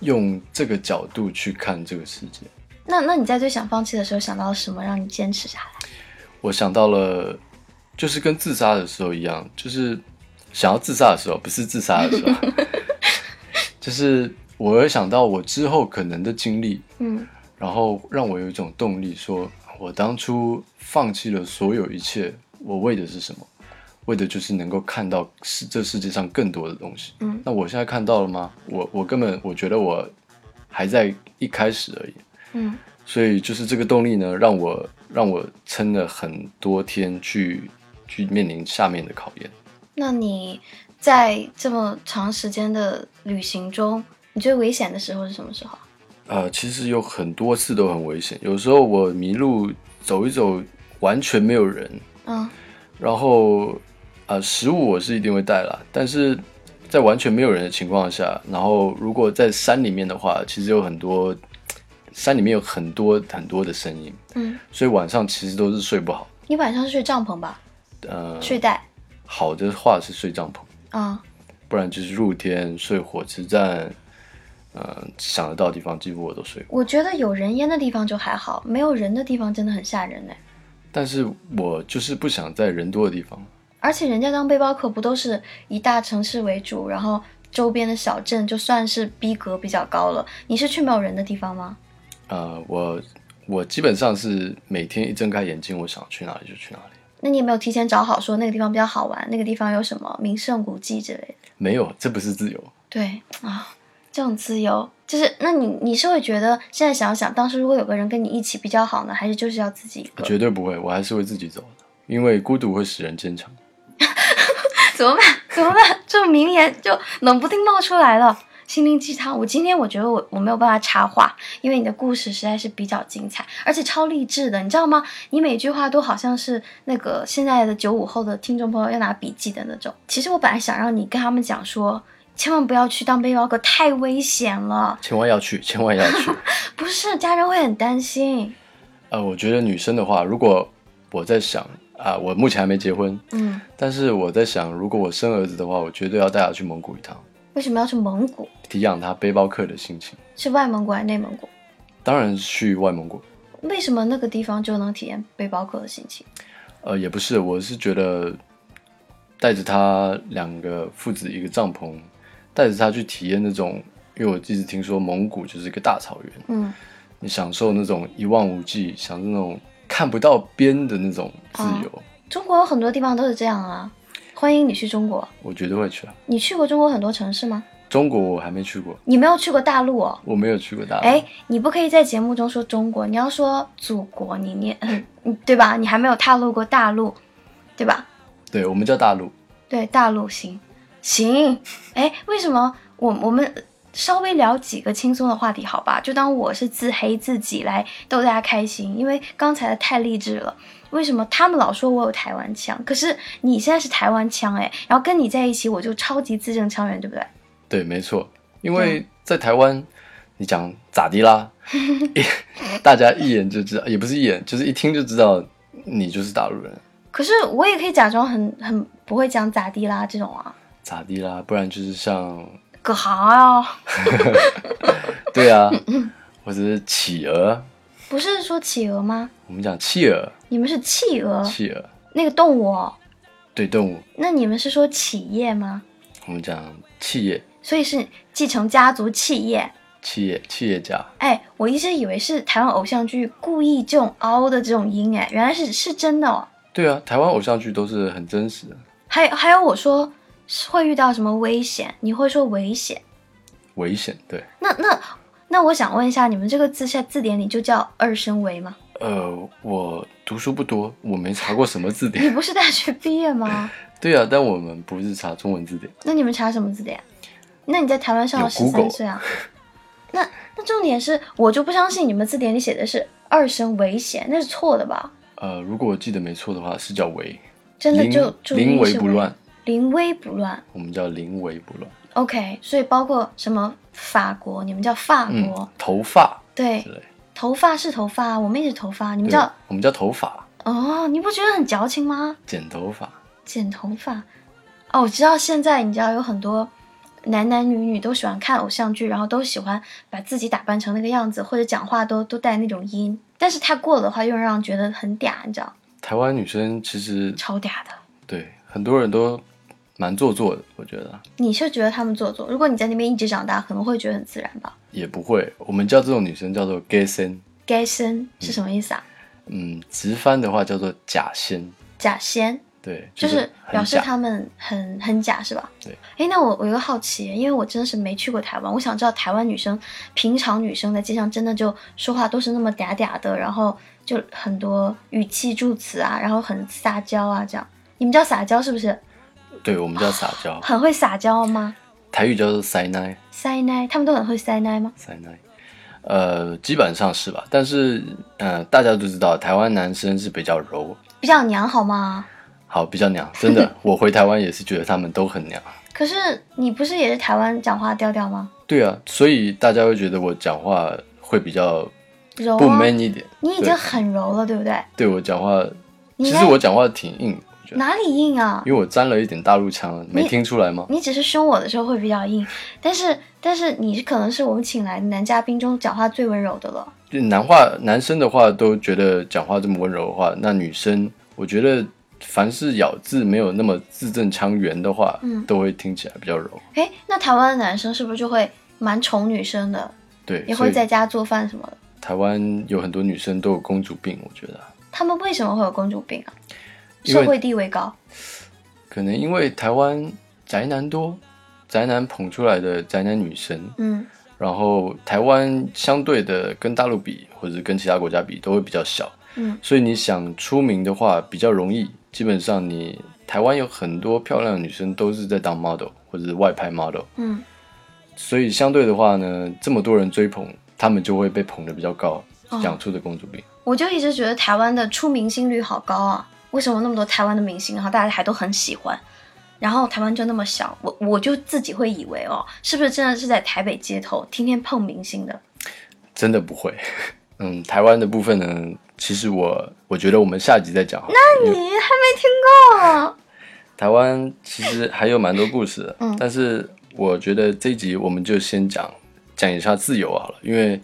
Speaker 2: 用这个角度去看这个世界。
Speaker 1: 那那你在最想放弃的时候，想到了什么让你坚持下来？
Speaker 2: 我想到了，就是跟自杀的时候一样，就是想要自杀的时候，啊不是自杀的时候，就是我会想到我之后可能的经历，
Speaker 1: 嗯
Speaker 2: 然后让我有一种动力说，我当初放弃了所有一切，我为的是什么？为的就是能够看到世这世界上更多的东西。
Speaker 1: 嗯
Speaker 2: 那我现在看到了吗？我我根本我觉得我还在一开始而已。
Speaker 1: 嗯
Speaker 2: 所以就是这个动力呢，让我让我撑了很多天去去面临下面的考验。
Speaker 1: 那你在这么长时间的旅行中，你最危险的时候是什么时候？
Speaker 2: 呃，其实有很多次都很危险，有时候我迷路走一走，完全没有人，
Speaker 1: 嗯
Speaker 2: 然后呃，食物我是一定会带啦，但是在完全没有人的情况下，然后如果在山里面的话，其实有很多山里面有很多很多的声音，
Speaker 1: 嗯，
Speaker 2: 所以晚上其实都是睡不好。
Speaker 1: 你晚上是睡帐篷吧？
Speaker 2: 呃，
Speaker 1: 睡袋？
Speaker 2: 好的话是睡帐篷。
Speaker 1: 啊、
Speaker 2: 不然就是露天睡火车站，呃，想得到的地方几乎我都睡过。
Speaker 1: 我觉得有人烟的地方就还好，没有人的地方真的很吓人呢。
Speaker 2: 但是我就是不想在人多的地方。
Speaker 1: 而且人家当背包客不都是以大城市为主，然后周边的小镇就算是逼格比较高了。你是去没有人的地方吗？
Speaker 2: 呃，我我基本上是每天一睁开眼睛，我想去哪里就去哪里。
Speaker 1: 那你有没有提前找好说那个地方比较好玩，那个地方有什么名胜古迹之类的？
Speaker 2: 没有，这不是自由。
Speaker 1: 对啊，这种自由就是，那你你是会觉得现在想想，当时如果有个人跟你一起比较好呢，还是就是要自己一个？
Speaker 2: 绝对不会，我还是会自己走的，因为孤独会使人坚强。
Speaker 1: 怎么办？ 怎么办？这种名言就冷不丁冒出来了。心灵鸡汤，我今天我觉得我我没有办法插话，因为你的故事实在是比较精彩，而且超励志的，你知道吗？你每句话都好像是那个现在的九五后的听众朋友要拿笔记的那种。其实我本来想让你跟他们讲说，千万不要去当背包客，太危险了，
Speaker 2: 千万要去，千万要去。
Speaker 1: 不是家人会很担心。
Speaker 2: 呃，我觉得女生的话，如果我在想啊、我目前还没结婚，
Speaker 1: 嗯，
Speaker 2: 但是我在想，如果我生儿子的话，我绝对要带他去蒙古一趟，
Speaker 1: 为什么要去蒙古？
Speaker 2: 体养他背包客的心情。
Speaker 1: 是外蒙古还是内蒙古？
Speaker 2: 当然是去外蒙古。
Speaker 1: 为什么那个地方就能体验背包客的心情？
Speaker 2: 呃，也不是，我是觉得带着他两个父子一个帐篷，带着他去体验那种，因为我一直听说蒙古就是一个大草原，
Speaker 1: 嗯，
Speaker 2: 你享受那种一望无际，享受那种看不到边的那种自由，
Speaker 1: 中国有很多地方都是这样啊，欢迎你去中国。
Speaker 2: 我绝对会去啊。
Speaker 1: 你去过中国很多城市吗？
Speaker 2: 中国我还没去过，
Speaker 1: 你没有去过大陆哦。
Speaker 2: 我没有去过大陆。
Speaker 1: 哎，你不可以在节目中说中国，你要说祖国，你你嗯，你对吧？你还没有踏入过大陆，对吧？
Speaker 2: 对我们叫大陆，
Speaker 1: 对，大陆行行。哎，为什么我我们稍微聊几个轻松的话题，好吧？就当我是自黑自己来逗大家开心，因为刚才的太励志了。为什么他们老说我有台湾腔？可是你现在是台湾腔哎，然后跟你在一起，我就超级字正腔圆，对不对？
Speaker 2: 对，没错，因为在台湾，你讲咋的啦，一大家一眼就知道，也不是一眼，就是一听就知道你就是大陆人。
Speaker 1: 可是我也可以假装很很不会讲咋地啦这种啊，
Speaker 2: 咋地啦？不然就是像，
Speaker 1: 葛哈啊，
Speaker 2: 对啊，或者是企鹅，
Speaker 1: 不是说企鹅吗？
Speaker 2: 我们讲企鹅，
Speaker 1: 你们是企鹅
Speaker 2: 企鹅
Speaker 1: 那个动物，哦，
Speaker 2: 对动物，
Speaker 1: 那你们是说企业吗？
Speaker 2: 我们讲企业，
Speaker 1: 所以是继承家族企业。
Speaker 2: 企业企业家，
Speaker 1: 哎，我一直以为是台湾偶像剧故意这种凹的这种音，哎，原来是是真的哦。
Speaker 2: 对啊，台湾偶像剧都是很真实的，
Speaker 1: 还有还有，我说会遇到什么危险，你会说危险。
Speaker 2: 危险，对，
Speaker 1: 那那那我想问一下，你们这个字在字典里就叫二声为吗？
Speaker 2: 呃，我读书不多，我没查过什么字
Speaker 1: 你
Speaker 2: 典，
Speaker 1: 不是大学毕业吗？
Speaker 2: 对啊，但我们不是查中文字典，
Speaker 1: 那你们查什么字典？那你在台湾上了
Speaker 2: 有
Speaker 1: 十
Speaker 2: Google
Speaker 1: 三岁啊？那那重点是我就不相信你们字典里写的是二声危险，那是错的吧？
Speaker 2: 呃，如果我记得没错的话，是叫为，
Speaker 1: 真的
Speaker 2: 临
Speaker 1: 就注
Speaker 2: 临
Speaker 1: 意
Speaker 2: 危
Speaker 1: 是
Speaker 2: 不乱，，
Speaker 1: 临危不乱。
Speaker 2: 我们叫临危不乱，
Speaker 1: OK，所以包括什么法国，你们叫法国，
Speaker 2: 嗯，头发
Speaker 1: 对
Speaker 2: 之，类，
Speaker 1: 头发是头发，我们也是头发，你们
Speaker 2: 对
Speaker 1: 叫，
Speaker 2: 我们叫头发，
Speaker 1: 哦，你不觉得很矫情吗？
Speaker 2: 剪头发，
Speaker 1: 剪头发。哦，我知道现在你知道有很多男男女女都喜欢看偶像剧，然后都喜欢把自己打扮成那个样子，或者讲话都都带那种音，但是太过了的话又让人觉得很嗲，你知道，
Speaker 2: 台湾女生其实
Speaker 1: 超嗲的。
Speaker 2: 对，很多人都蛮做作的，我觉得
Speaker 1: 你是觉得他们做作？如果你在那边一直长大，可能会觉得很自然吧。
Speaker 2: 也不会。我们叫这种女生叫做 gay 生，
Speaker 1: 该生是什么意思啊？
Speaker 2: 嗯，直翻的话叫做假仙，
Speaker 1: 假仙
Speaker 2: 对，
Speaker 1: 就是是
Speaker 2: 很
Speaker 1: 表示
Speaker 2: 假
Speaker 1: 他们很很假是吧？
Speaker 2: 对。
Speaker 1: 哎，那我我有个好奇，因为我真的是没去过台湾，我想知道台湾女生平常女生在街上真的就说话都是那么嗲嗲的，然后就很多语气助词啊，然后很撒娇啊这样。你们叫撒娇是不是？
Speaker 2: 对我们叫撒娇，
Speaker 1: 很会撒娇吗？
Speaker 2: 台语叫做塞奶
Speaker 1: 塞奶，他们都很会塞奶吗？
Speaker 2: 塞奶，呃，基本上是吧？但是呃，大家都知道台湾男生是比较柔，
Speaker 1: 比较娘好吗？
Speaker 2: 好，比较娘，真的，我回台湾也是觉得他们都很娘。
Speaker 1: 可是你不是也是台湾讲话调调吗？
Speaker 2: 对啊，所以大家会觉得我讲话会比较
Speaker 1: 柔
Speaker 2: 不
Speaker 1: 啊，
Speaker 2: man 一点。
Speaker 1: 你已
Speaker 2: 对
Speaker 1: 经很柔了，对不对？
Speaker 2: 对我讲话，
Speaker 1: 你
Speaker 2: 其
Speaker 1: 应该
Speaker 2: 实我讲话挺硬的，我觉得，
Speaker 1: 哪里硬啊？
Speaker 2: 因为我沾了一点大陆腔，没听出来吗？
Speaker 1: 你只是凶我的时候会比较硬，但是但是你是可能是我们请来的男嘉宾中讲话最温柔的了。
Speaker 2: 就男话男生的话都觉得讲话这么温柔的话，那女生我觉得凡是咬字没有那么字正腔圆的话，
Speaker 1: 嗯
Speaker 2: 都会听起来比较柔。
Speaker 1: 诶，那台湾的男生是不是就会蛮宠女生的，
Speaker 2: 对，
Speaker 1: 也
Speaker 2: 所
Speaker 1: 会
Speaker 2: 以
Speaker 1: 在家做饭什么的？
Speaker 2: 台湾有很多女生都有公主病，我觉得啊
Speaker 1: 他们为什么会有公主病啊？
Speaker 2: 因为
Speaker 1: 社会地位高，
Speaker 2: 可能因为台湾宅男多，宅男捧出来的宅男女神，
Speaker 1: 嗯，
Speaker 2: 然后台湾相对的跟大陆比，或者是跟其他国家比，都会比较小。
Speaker 1: 嗯，
Speaker 2: 所以你想出名的话比较容易，基本上你台湾有很多漂亮的女生都是在当 model 或者是外拍 model，
Speaker 1: 嗯，
Speaker 2: 所以相对的话呢，这么多人追捧，她们就会被捧得比较高，
Speaker 1: 哦
Speaker 2: 讲出的公主病。
Speaker 1: 我就一直觉得台湾的出明星率好高啊，为什么那么多台湾的明星，然后大家还都很喜欢，然后台湾就那么小，我我就自己会以为哦，是不是真的是在台北街头天天碰明星的？
Speaker 2: 真的不会。 嗯，台湾的部分呢，其实我我觉得我们下集再讲好了。
Speaker 1: 你还没听过？
Speaker 2: 台湾其实还有蛮多故事的，
Speaker 1: 嗯
Speaker 2: 但是我觉得这一集我们就先讲讲一下自由好了，因为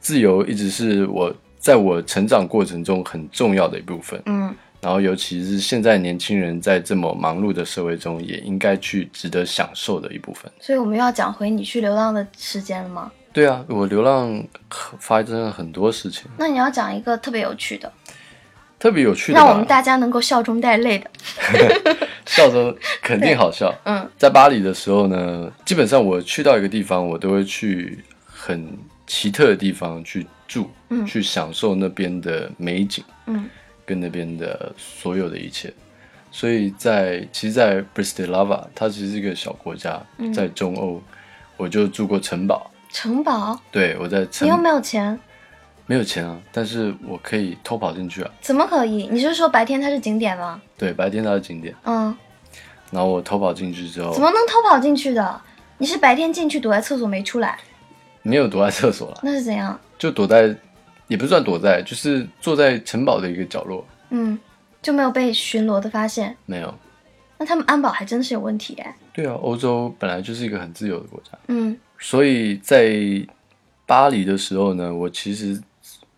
Speaker 2: 自由一直是我在我成长过程中很重要的一部分，
Speaker 1: 嗯。
Speaker 2: 然后尤其是现在年轻人在这么忙碌的社会中，也应该去值得享受的一部分。
Speaker 1: 所以我们又要讲回你去流浪的时间了吗？
Speaker 2: 对啊，我流浪发生了很多事情，
Speaker 1: 那你要讲一个特别有趣的，
Speaker 2: 特别有趣的
Speaker 1: 让我们
Speaker 2: 吧，
Speaker 1: 大家能够笑中带泪的。
Speaker 2: 笑中肯定好笑。
Speaker 1: 嗯
Speaker 2: 在巴黎的时候呢，基本上我去到一个地方，我都会去很奇特的地方去住，
Speaker 1: 嗯
Speaker 2: 去享受那边的美景
Speaker 1: 嗯
Speaker 2: 跟那边的所有的一切。所以在其实，在 Bratislava，它其实是一个小国家，
Speaker 1: 嗯
Speaker 2: 在中欧，我就住过城堡。
Speaker 1: 城堡，
Speaker 2: 对，我在
Speaker 1: 你
Speaker 2: 城
Speaker 1: 又没有钱，
Speaker 2: 没有钱啊，但是我可以偷跑进去啊。
Speaker 1: 怎么可以？你是说白天它是景点吗？
Speaker 2: 对，白天它的景点，
Speaker 1: 嗯，
Speaker 2: 然后我偷跑进去之后
Speaker 1: 怎，么能偷跑进去的？你是白天进去躲在厕所没出来，
Speaker 2: 没有躲在厕所了，
Speaker 1: 那是怎样？
Speaker 2: 就躲在，也不算躲在，就是坐在城堡的一个角落，
Speaker 1: 嗯，就没有被巡逻的发现。
Speaker 2: 没有。
Speaker 1: 那他们安保还真是有问题哎。
Speaker 2: 对啊，欧洲本来就是一个很自由的国家，
Speaker 1: 嗯，
Speaker 2: 所以在巴黎的时候呢，我其实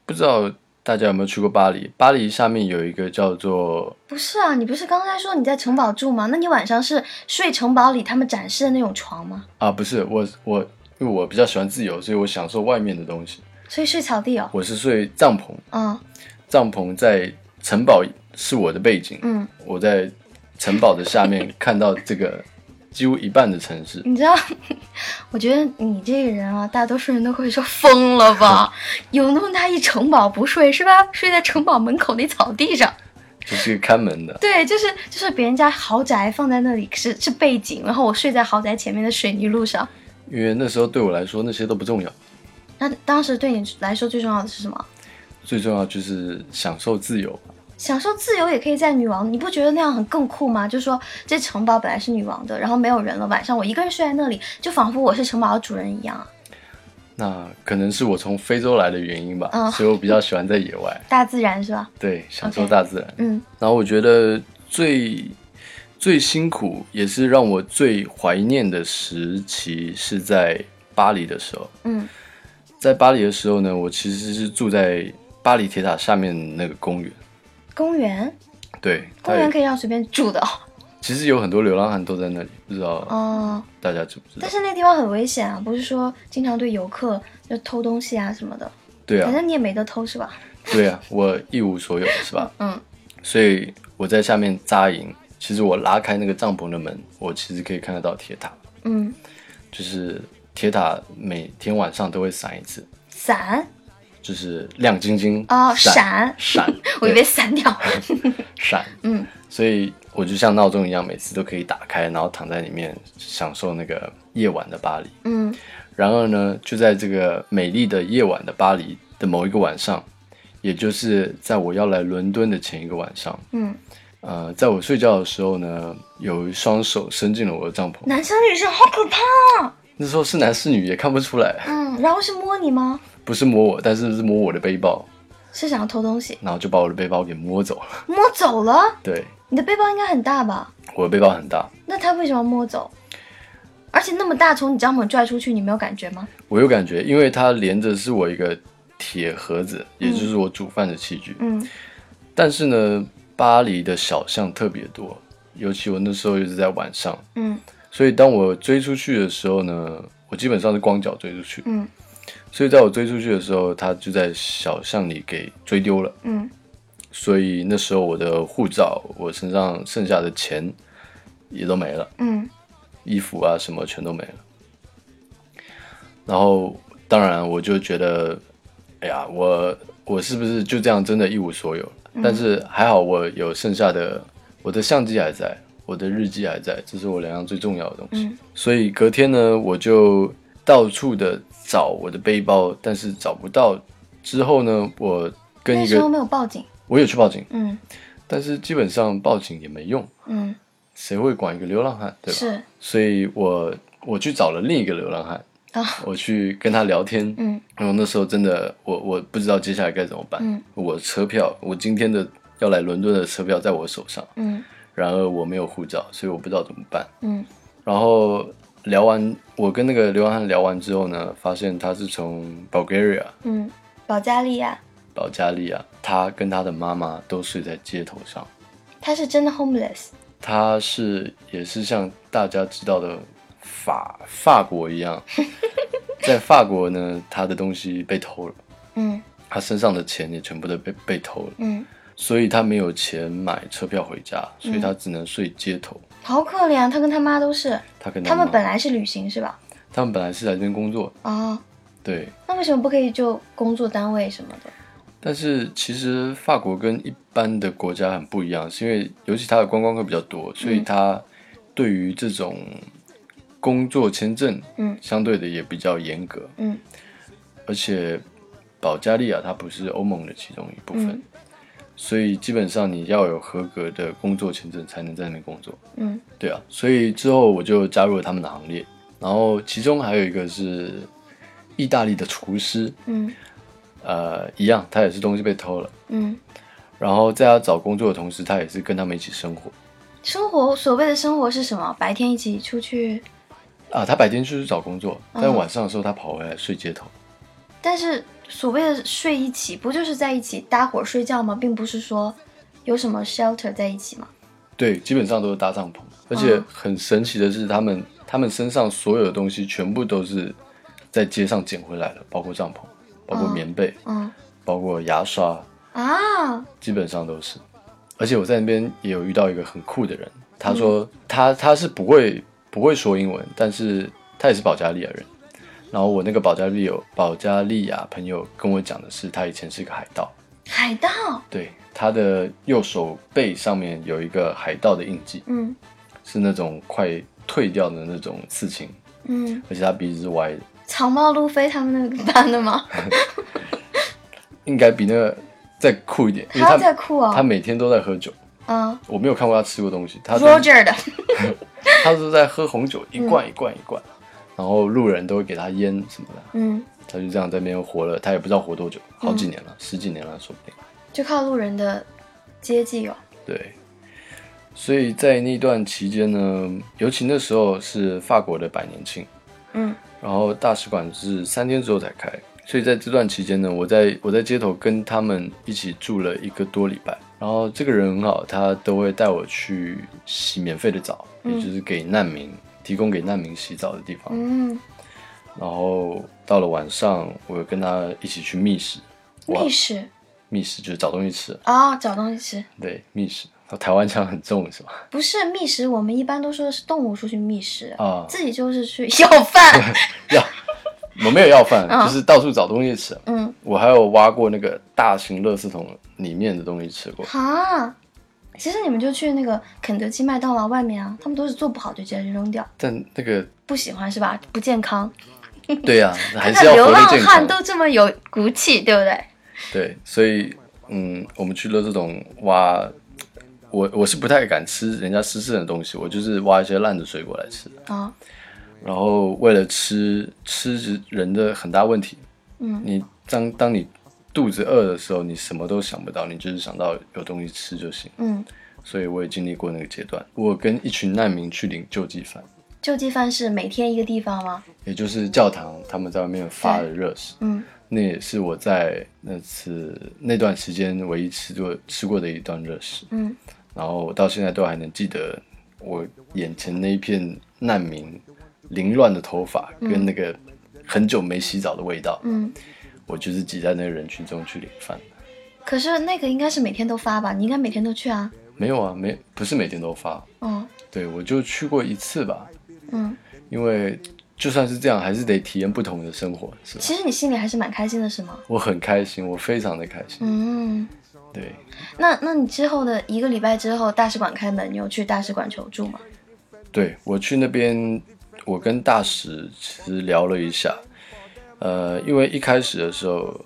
Speaker 2: 不知道大家有没有去过巴黎。巴黎下面有一个叫做
Speaker 1: 不是啊，你不是刚才说你在城堡住吗？那你晚上是睡城堡里他们展示的那种床吗？
Speaker 2: 啊，不是我我，因为我比较喜欢自由，所以我享受外面的东西。
Speaker 1: 所以睡草地哦。
Speaker 2: 我是睡帐篷，
Speaker 1: 嗯
Speaker 2: 帐篷在城堡是我的背景，
Speaker 1: 嗯，
Speaker 2: 我在城堡的下面看到这个几乎一半的城市。
Speaker 1: 你知道， 我觉得你这个人啊，大多数人都会说疯了吧？有那么大一城堡不睡是吧？睡在城堡门口那草地上，
Speaker 2: 就是看门的。
Speaker 1: 对，就是就是别人家豪宅放在那里是是背景，然后我睡在豪宅前面的水泥路上。
Speaker 2: 因为那时候对我来说那些都不重要，
Speaker 1: 那当时对你来说最重要的是什么？
Speaker 2: 最重要就是享受自由。
Speaker 1: 享受自由也可以在女王，你不觉得那样很更酷吗？就是说这城堡本来是女王的，然后没有人了，晚上我一个人睡在那里，就仿佛我是城堡的主人一样啊，
Speaker 2: 那可能是我从非洲来的原因吧，
Speaker 1: 嗯
Speaker 2: 所以我比较喜欢在野外，
Speaker 1: 大自然是吧？
Speaker 2: 对，享受
Speaker 1: OK
Speaker 2: 大自然。
Speaker 1: 嗯
Speaker 2: 然后我觉得最最辛苦，也是让我最怀念的时期是在巴黎的时候。
Speaker 1: 嗯
Speaker 2: 在巴黎的时候呢，我其实是住在巴黎铁塔下面那个公园，
Speaker 1: 公园，
Speaker 2: 对，
Speaker 1: 公园
Speaker 2: 它也
Speaker 1: 可以让随便住 的哦。
Speaker 2: 其实有很多流浪汉都在那里，不知道
Speaker 1: 哦，
Speaker 2: 大家知不知道
Speaker 1: 但？是那地方很危险啊，不是说经常对游客就偷东西啊什么的。
Speaker 2: 对啊
Speaker 1: 反，正你也没得偷是吧？
Speaker 2: 对啊，我一无所有是吧？
Speaker 1: 嗯，
Speaker 2: 所以我在下面扎营，其实我拉开那个帐篷的门，我其实可以看得到铁塔，
Speaker 1: 嗯，
Speaker 2: 就是铁塔每天晚上都会闪一次，
Speaker 1: 伞
Speaker 2: 就是亮晶晶
Speaker 1: 哦，
Speaker 2: 闪
Speaker 1: 闪，
Speaker 2: 闪，
Speaker 1: 我以
Speaker 2: 对
Speaker 1: 为散掉。
Speaker 2: 闪，
Speaker 1: 嗯，
Speaker 2: 所以我就像闹钟一样，每次都可以打开，然后躺在里面享受那个夜晚的巴黎。
Speaker 1: 嗯
Speaker 2: 然而呢，就在这个美丽的夜晚的巴黎的某一个晚上，也就是在我要来伦敦的前一个晚上，
Speaker 1: 嗯，
Speaker 2: 呃，在我睡觉的时候呢，有一双手伸进了我的帐篷。
Speaker 1: 男生女生好可怕啊！
Speaker 2: 那时候是男是女也看不出来，
Speaker 1: 嗯，然后是摸你吗？
Speaker 2: 不是摸我，但是是摸我的背包，
Speaker 1: 是想要偷东 西，
Speaker 2: 然后就把我的背包给摸走了。
Speaker 1: 摸走了？
Speaker 2: 对，
Speaker 1: 你的背包应该很大吧？
Speaker 2: 我的背包很大，
Speaker 1: 那他为什么摸走？而且那么大，从你帐篷拽出去，你没有感觉吗？
Speaker 2: 我有感觉，因为它连着是我一个铁盒子，也就是我煮饭的器具。
Speaker 1: 嗯
Speaker 2: 但是呢，巴黎的小巷特别多，尤其我那时候又是在晚上，
Speaker 1: 嗯
Speaker 2: 所以当我追出去的时候呢，我基本上是光脚追出去。
Speaker 1: 嗯
Speaker 2: 所以在我追出去的时候，他就在小巷里给追丢了。
Speaker 1: 嗯
Speaker 2: 所以那时候我的护照、我身上剩下的钱也都没了，
Speaker 1: 嗯
Speaker 2: 衣服啊什么全都没了。然后当然我就觉得，哎呀，我我是不是就这样真的一无所有了？但
Speaker 1: 嗯
Speaker 2: 是还好我有剩下的，我的相机还在，我的日记还在，这是我两样最重要的东西。
Speaker 1: 嗯
Speaker 2: 所以隔天呢，我就到处的找我的背包，但是找不到。之后呢，我跟
Speaker 1: 那
Speaker 2: 一
Speaker 1: 时候
Speaker 2: 个
Speaker 1: 没有报警。
Speaker 2: 我有去报警，
Speaker 1: 嗯
Speaker 2: 但是基本上报警也没用，
Speaker 1: 嗯，
Speaker 2: 谁会管一个流浪汉，对吧？
Speaker 1: 是。
Speaker 2: 所以我我去找了另一个流浪汉，
Speaker 1: 啊
Speaker 2: 我去跟他聊天，
Speaker 1: 嗯
Speaker 2: 然后那时候真的我我不知道接下来该怎么办，
Speaker 1: 嗯
Speaker 2: 我车票我今天的要来伦敦的车票在我手上，
Speaker 1: 嗯
Speaker 2: 然而我没有护照，所以我不知道怎么办。
Speaker 1: 嗯
Speaker 2: 然后聊完，我跟那个流浪汉聊完之后呢，发现他是从 Bulgaria
Speaker 1: 嗯，保加利亚，
Speaker 2: 保加利亚，他跟他的妈妈都睡在街头上。
Speaker 1: 他是真的 homeless。
Speaker 2: 他是也是像大家知道的法法国一 样，在法国呢，他的东西被偷了，
Speaker 1: 嗯
Speaker 2: 他身上的钱也全部都被被偷了，
Speaker 1: 嗯，
Speaker 2: 所以他没有钱买车票回家，所以
Speaker 1: 嗯
Speaker 2: 他只能睡街头。
Speaker 1: 好可怜啊，他跟他妈都是。
Speaker 2: 他跟
Speaker 1: 他
Speaker 2: 妈
Speaker 1: 们本来是旅行是吧？
Speaker 2: 他们本来是来这边工作，
Speaker 1: 哦，
Speaker 2: 对，
Speaker 1: 那为什么不可以就工作单位什么的？
Speaker 2: 但是其实法国跟一般的国家很不一样，是因为尤其它的观光客比较
Speaker 1: 嗯
Speaker 2: 多，所以它对于这种工作签证，
Speaker 1: 嗯
Speaker 2: 相对的也比较严格，
Speaker 1: 嗯，
Speaker 2: 而且保加利亚它不是欧盟的其中一部分，
Speaker 1: 嗯
Speaker 2: 所以基本上你要有合格的工作签证才能在那边工作。
Speaker 1: 嗯
Speaker 2: 对啊，所以之后我就加入了他们的行列，然后其中还有一个是意大利的厨师，
Speaker 1: 嗯
Speaker 2: 呃，一样他也是东西被偷了。
Speaker 1: 嗯，
Speaker 2: 然后在他找工作的同时，他也是跟他们一起生活
Speaker 1: 生活所谓的生活是什么？白天一起出去，
Speaker 2: 啊。他白天出去找工作，
Speaker 1: 嗯
Speaker 2: 但晚上的时候他跑回来睡街头。
Speaker 1: 但是所谓的睡一起，不就是在一起搭伙睡觉吗？并不是说有什么 shelter 在一起吗？
Speaker 2: 对，基本上都是搭帐篷，
Speaker 1: 嗯
Speaker 2: 而且很神奇的是，他们他们身上所有的东西全部都是在街上捡回来的，包括帐篷，包括
Speaker 1: 嗯
Speaker 2: 棉被，
Speaker 1: 嗯
Speaker 2: 包括牙刷，
Speaker 1: 啊，
Speaker 2: 基本上都是。而且我在那边也有遇到一个很酷的人，他说他他是不会不会说英文，但是他也是保加利亚人。然后我那个保加利亚保加利亚朋友跟我讲的是，他以前是个海盗，
Speaker 1: 海盗，
Speaker 2: 对，他的右手背上面有一个海盗的印记，
Speaker 1: 嗯
Speaker 2: 是那种快退掉的那种刺青，
Speaker 1: 嗯，
Speaker 2: 而且他鼻子是歪的，
Speaker 1: 草帽路飞他们那个班的吗？
Speaker 2: 应该比那个再酷一点，因为
Speaker 1: 还要再
Speaker 2: 他
Speaker 1: 酷哦
Speaker 2: 他，每天都在喝酒，
Speaker 1: 嗯
Speaker 2: 我没有看过他吃过东西，他都
Speaker 1: ，Roger 的，
Speaker 2: 他是在喝红酒，一罐一罐一罐，然后路人都会给他烟什么的，
Speaker 1: 嗯，
Speaker 2: 他就这样在那边活了，他也不知道活多久，好几年了，十几年了，说不定。
Speaker 1: 就靠路人的接济哦，
Speaker 2: 对，所以在那段期间呢，尤其那时候是法国的百年庆，
Speaker 1: 嗯
Speaker 2: 然后大使馆是三天之后才开，所以在这段期间呢，我在我在街头跟他们一起住了一个多礼拜。然后这个人很好，他都会带我去洗免费的澡，也就是给难民提供给难民洗澡的地方。
Speaker 1: 嗯
Speaker 2: 然后到了晚上，我又跟他一起去觅食，哇
Speaker 1: 密室
Speaker 2: 觅食就是找东西吃，
Speaker 1: 啊、哦找东西吃，
Speaker 2: 对，觅食。台湾腔很重是吧？
Speaker 1: 不是觅食，我们一般都说的是动物出去觅食，
Speaker 2: 啊，
Speaker 1: 自己就是去要饭。
Speaker 2: 要，我没有要饭，
Speaker 1: 嗯
Speaker 2: 就是到处找东西吃。
Speaker 1: 嗯，
Speaker 2: 我还有挖过那个大型垃圾桶里面的东西吃过，
Speaker 1: 啊，其实你们就去那个肯德基、麦当劳外面啊，他们都是做不好就直接扔掉，
Speaker 2: 但那个
Speaker 1: 不喜欢是吧？不健康。
Speaker 2: 对呀、还
Speaker 1: 那
Speaker 2: 是要
Speaker 1: 流
Speaker 2: 活
Speaker 1: 浪
Speaker 2: 得健
Speaker 1: 汉
Speaker 2: 康。
Speaker 1: 都这么 有啊骨气，对不对？
Speaker 2: 对，所以嗯，我们去垃圾桶挖，我我是不太敢吃人家湿湿的东西，我就是挖一些烂的水果来吃。
Speaker 1: 啊，
Speaker 2: 然后为了吃吃人的很大问题，
Speaker 1: 嗯
Speaker 2: 你当当你肚子饿的时候，你什么都想不到，你就是想到有东西吃就行。
Speaker 1: 嗯，
Speaker 2: 所以我也经历过那个阶段。我跟一群难民去领救济饭，
Speaker 1: 救济饭是每天一个地方吗？
Speaker 2: 也就是教堂他们在外面发的热食，
Speaker 1: 嗯，
Speaker 2: 那也是我在那次那段时间唯一吃过吃过的一段热食。
Speaker 1: 嗯，
Speaker 2: 然后我到现在都还能记得我眼前那一片难民凌乱的头发跟那个很久没洗澡的味道。
Speaker 1: 嗯，
Speaker 2: 我就是挤在那个人群中去领饭。
Speaker 1: 可是那个应该是每天都发吧？你应该每天都去啊。
Speaker 2: 没有啊，没不是每天都发，
Speaker 1: 嗯
Speaker 2: 对我就去过一次吧，
Speaker 1: 嗯，
Speaker 2: 因为就算是这样，还是得体验不同的生活，是吧？
Speaker 1: 其实你心里还是蛮开心的，是吗？
Speaker 2: 我很开心，我非常的开心。
Speaker 1: 嗯，
Speaker 2: 对，
Speaker 1: 那那你之后的一个礼拜之后，大使馆开门，你有去大使馆求助吗？
Speaker 2: 对我去那边，我跟大使其实聊了一下，呃，因为一开始的时候，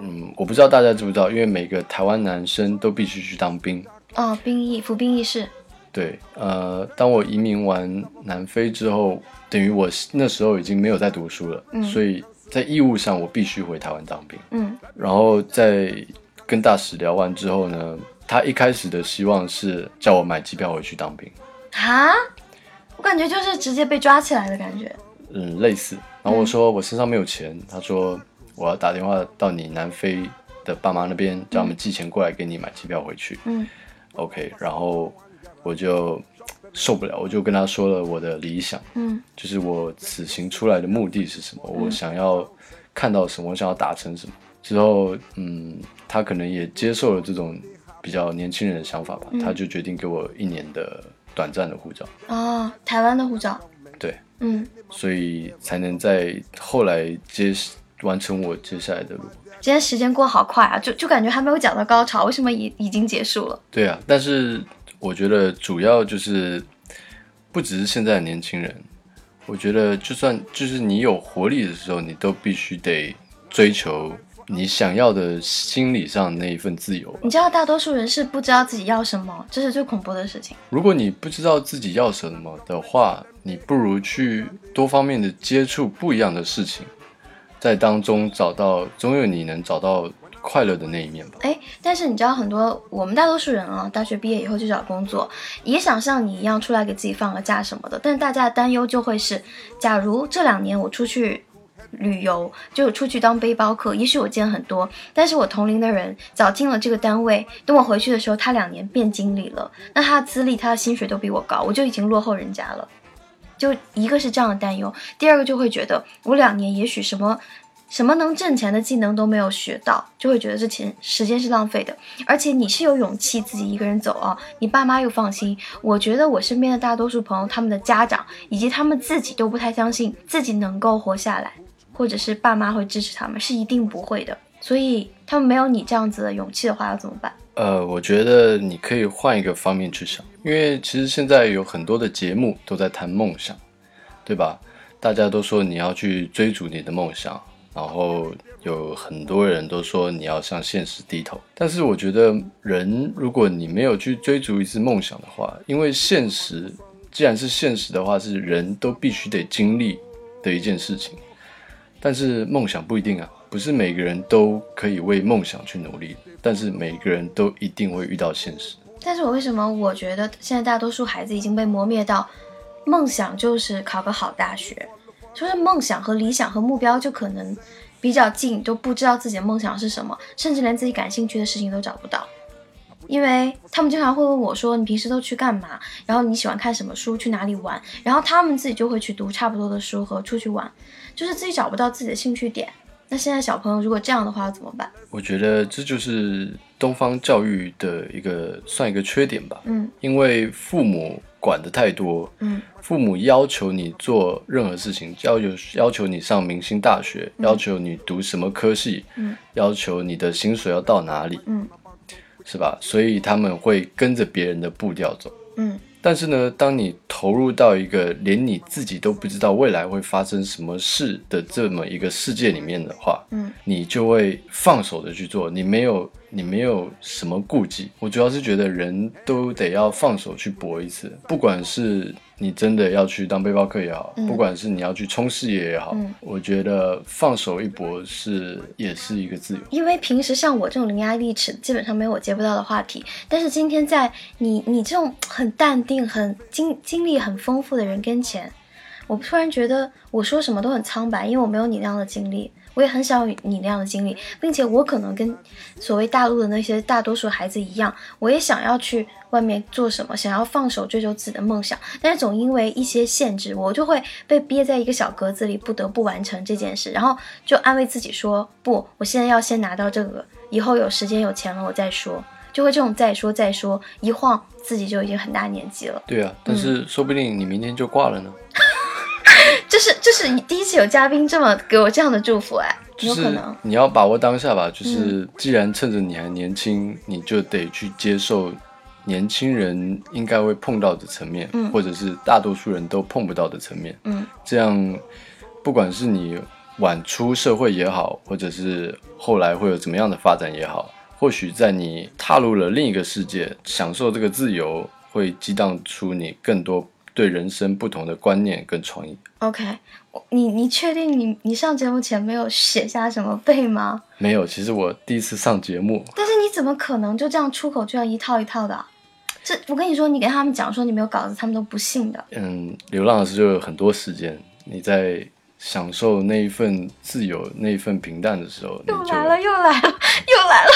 Speaker 2: 嗯，我不知道大家知不知道，因为每个台湾男生都必须去当兵。
Speaker 1: 哦，兵役服兵役是，
Speaker 2: 对，呃，当我移民完南非之后，等于我那时候已经没有在读书了，所以在义务上我必须回台湾当兵。
Speaker 1: 嗯
Speaker 2: 然后在跟大使聊完之后呢，他一开始的希望是叫我买机票回去当兵，
Speaker 1: 哈，我感觉就是直接被抓起来的感觉。
Speaker 2: 嗯，类似。然后我说我身上没有钱，他说我要打电话到你南非的爸妈那边，叫他们寄钱过来给你买机票回去。
Speaker 1: 嗯
Speaker 2: OK，然后我就受不了，我就跟他说了我的理想，
Speaker 1: 嗯
Speaker 2: 就是我此行出来的目的是什么，我想要看到什么，我想要达成什么。之后，嗯，他可能也接受了这种比较年轻人的想法吧，
Speaker 1: 嗯
Speaker 2: 他就决定给我一年的短暂的护照，
Speaker 1: 哦，台湾的护照。
Speaker 2: 对，
Speaker 1: 嗯，
Speaker 2: 所以才能在后来接完成我接下来的路。
Speaker 1: 今天时间过好快啊，就就感觉还没有讲到高潮，为什么已已经结束了？
Speaker 2: 对啊，但是我觉得主要就是不只是现在的年轻人，我觉得就算就是你有活力的时候，你都必须得追求你想要的心理上那一份自由吧
Speaker 1: 你。知道，大多数人是不知道自己要什么，这是最恐怖的事情。
Speaker 2: 如果你不知道自己要什么的话，你不如去多方面的接触不一样的事情，在当中找到，总有你能找到快乐的那一面吧。
Speaker 1: 哎，但是你知道，很多我们大多数人啊，大学毕业以后去找工作，也想像你一样出来给自己放个假什么的，但是大家的担忧就会是，假如这两年我出去。旅游就出去当背包客，也许我见很多，但是我同龄的人早进了这个单位，等我回去的时候，他两年变经理了，那他的资历、他的薪水都比我高，我就已经落后人家了。就一个是这样的担忧，第二个就会觉得我两年也许什么什么能挣钱的技能都没有学到，就会觉得这钱时间是浪费的。而且你是有勇气自己一个人走啊，你爸妈又放心。我觉得我身边的大多数朋友，他们的家长以及他们自己都不太相信自己能够活下来，或者是爸妈会支持他们，是一定不会的。所以他们没有你这样子的勇气的话，要怎么办？
Speaker 2: 呃，我觉得你可以换一个方面去想，因为其实现在有很多的节目都在谈梦想，对吧？大家都说你要去追逐你的梦想，然后有很多人都说你要向现实低头。但是我觉得，人如果你没有去追逐一次梦想的话，因为现实既然是现实的话，是人都必须得经历的一件事情。但是梦想不一定啊，不是每个人都可以为梦想去努力，但是每个人都一定会遇到现实。
Speaker 1: 但是我为什么我觉得现在大多数孩子已经被磨灭到，梦想就是考个好大学，就是梦想和理想和目标就可能比较近，都不知道自己的梦想是什么，甚至连自己感兴趣的事情都找不到。因为他们经常会问我说：“你平时都去干嘛？然后你喜欢看什么书？去哪里玩？”然后他们自己就会去读差不多的书和出去玩，就是自己找不到自己的兴趣点。那现在小朋友如果这样的话怎么办？
Speaker 2: 我觉得这就是东方教育的一个算一个缺点吧，
Speaker 1: 嗯
Speaker 2: 因为父母管的太多，
Speaker 1: 嗯
Speaker 2: 父母要求你做任何事情，要求要求你上明星大学，要求你读什么科系，
Speaker 1: 嗯
Speaker 2: 要求你的薪水要到哪里，
Speaker 1: 嗯
Speaker 2: 是吧？所以他们会跟着别人的步调走。
Speaker 1: 嗯
Speaker 2: 但是呢，当你投入到一个连你自己都不知道未来会发生什么事的这么一个世界里面的话，
Speaker 1: 嗯，
Speaker 2: 你就会放手的去做，你没有你没有什么顾忌。我主要是觉得人都得要放手去搏一次，不管是你真的要去当背包客也好，
Speaker 1: 嗯
Speaker 2: 不管是你要去冲事业也好，
Speaker 1: 嗯
Speaker 2: 我觉得放手一搏是也是一个自由。
Speaker 1: 因为平时像我这种伶牙俐齿，基本上没有我接不到的话题。但是今天在你你这种很淡定、很经经历很丰富的人跟前，我突然觉得我说什么都很苍白，因为我没有你那样的经历，我也很想有你那样的经历，并且我可能跟所谓大陆的那些大多数孩子一样，我也想要去外面做什么，想要放手追求自己的梦想，但是总因为一些限制，我就会被憋在一个小格子里，不得不完成这件事，然后就安慰自己说，不，我现在要先拿到这个，以后有时间有钱了我再说，就会这种再说再说，一晃自己就已经很大年纪了。
Speaker 2: 对啊，但
Speaker 1: 嗯
Speaker 2: 是说不定你明天就挂了呢。
Speaker 1: 这是这是你第一次有嘉宾这么给我这样的祝福哎，
Speaker 2: 就
Speaker 1: 有可
Speaker 2: 是
Speaker 1: 能，嗯
Speaker 2: 你要把握当下吧，就是既然趁着你还年轻，你就得去接受年轻人应该会碰到的层面，
Speaker 1: 嗯
Speaker 2: 或者是大多数人都碰不到的层面。
Speaker 1: 嗯
Speaker 2: 这样，不管是你晚出社会也好，或者是后来会有怎么样的发展也好，或许在你踏入了另一个世界，享受这个自由，会激荡出你更多对人生不同的观念跟创意。
Speaker 1: ，OK，我你你确定你你上节目前没有写下什么背吗？
Speaker 2: 没有，其实我第一次上节目，
Speaker 1: 但是你怎么可能就这样出口就要一套一套的啊？这我跟你说，你给他们讲说你没有稿子，他们都不信的。
Speaker 2: 嗯，流浪的时候就有很多时间，你在享受那一份自由、那一份平淡的时候，你
Speaker 1: 又
Speaker 2: 就
Speaker 1: 来了，又来了，又来了！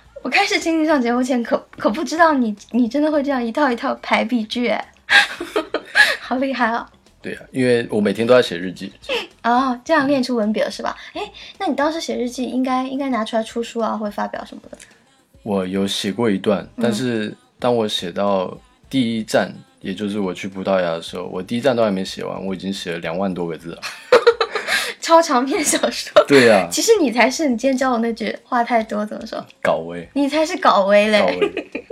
Speaker 1: 我开始听你上节目前可可不知道你你真的会这样一套一套排比句哎， 好厉害啊！
Speaker 2: 对啊，因为我每天都在写日记，
Speaker 1: 哦，这样练出文笔了是吧？哎，那你当时写日记应该应该拿出来出书啊，或者发表什么的。
Speaker 2: 我有写过一段，
Speaker 1: 嗯
Speaker 2: 但是当我写到第一站，也就是我去葡萄牙的时候，我第一站都还没写完，我已经写了两万多个字 了。
Speaker 1: 超长篇小说。
Speaker 2: 对啊，
Speaker 1: 其实你才是你今天教我那句话太多怎么说？
Speaker 2: 搞喂，
Speaker 1: 你才是搞威
Speaker 2: 搞
Speaker 1: 嘞。
Speaker 2: 喂，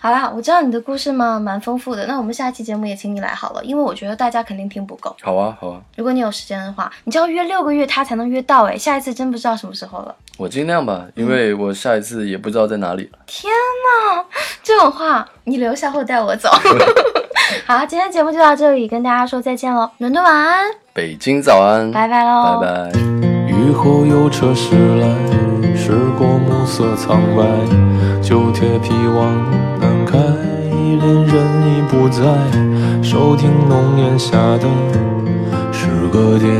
Speaker 1: 好啦，我知道你的故事嘛，蛮丰富的。那我们下期节目也请你来好了，因为我觉得大家肯定听不够。
Speaker 2: 好啊，好啊，
Speaker 1: 如果你有时间的话，你就要约六个月他才能约到哎，下一次真不知道什么时候了。
Speaker 2: 我尽量吧，
Speaker 1: 嗯
Speaker 2: 因为我下一次也不知道在哪里了。
Speaker 1: 天呐，这种话你留下后带我 走。好，今天节目就到这里，跟大家说再见喽，伦敦晚安，
Speaker 2: 北京早安，
Speaker 1: 拜拜喽，
Speaker 2: 拜拜。
Speaker 3: 雨后有车驶来，驶过暮色苍白，旧铁皮往南开，恋人已不在，收听浓烟下的是个电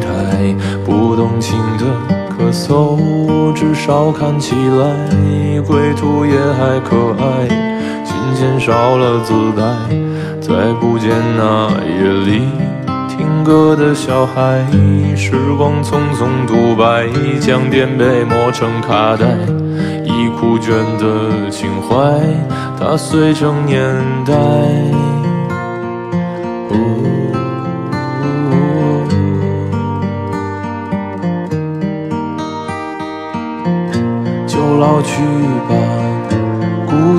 Speaker 3: 台，不动情的咳嗽，至少看起来归途也还可爱，琴弦少了姿态，再不见那夜里。听歌的小孩，时光匆匆独白，将颠沛磨成卡带，已枯卷的情怀，它碎成年代。哦就老去吧，孤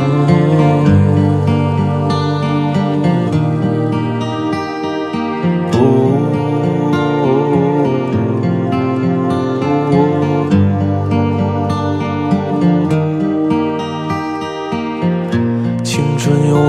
Speaker 3: 哦哦哦，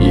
Speaker 3: 眼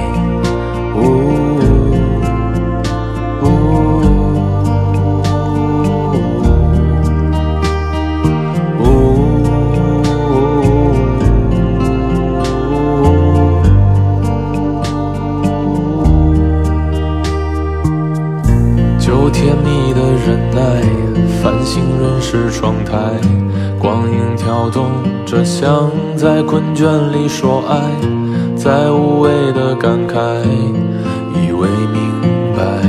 Speaker 3: 呜呜呜呜就甜蜜的忍耐，繁星润湿窗台，光影跳动着，像在困倦里说爱，在无谓的感慨，以为明白，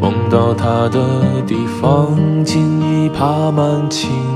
Speaker 3: 梦到他的地方，锦已爬满青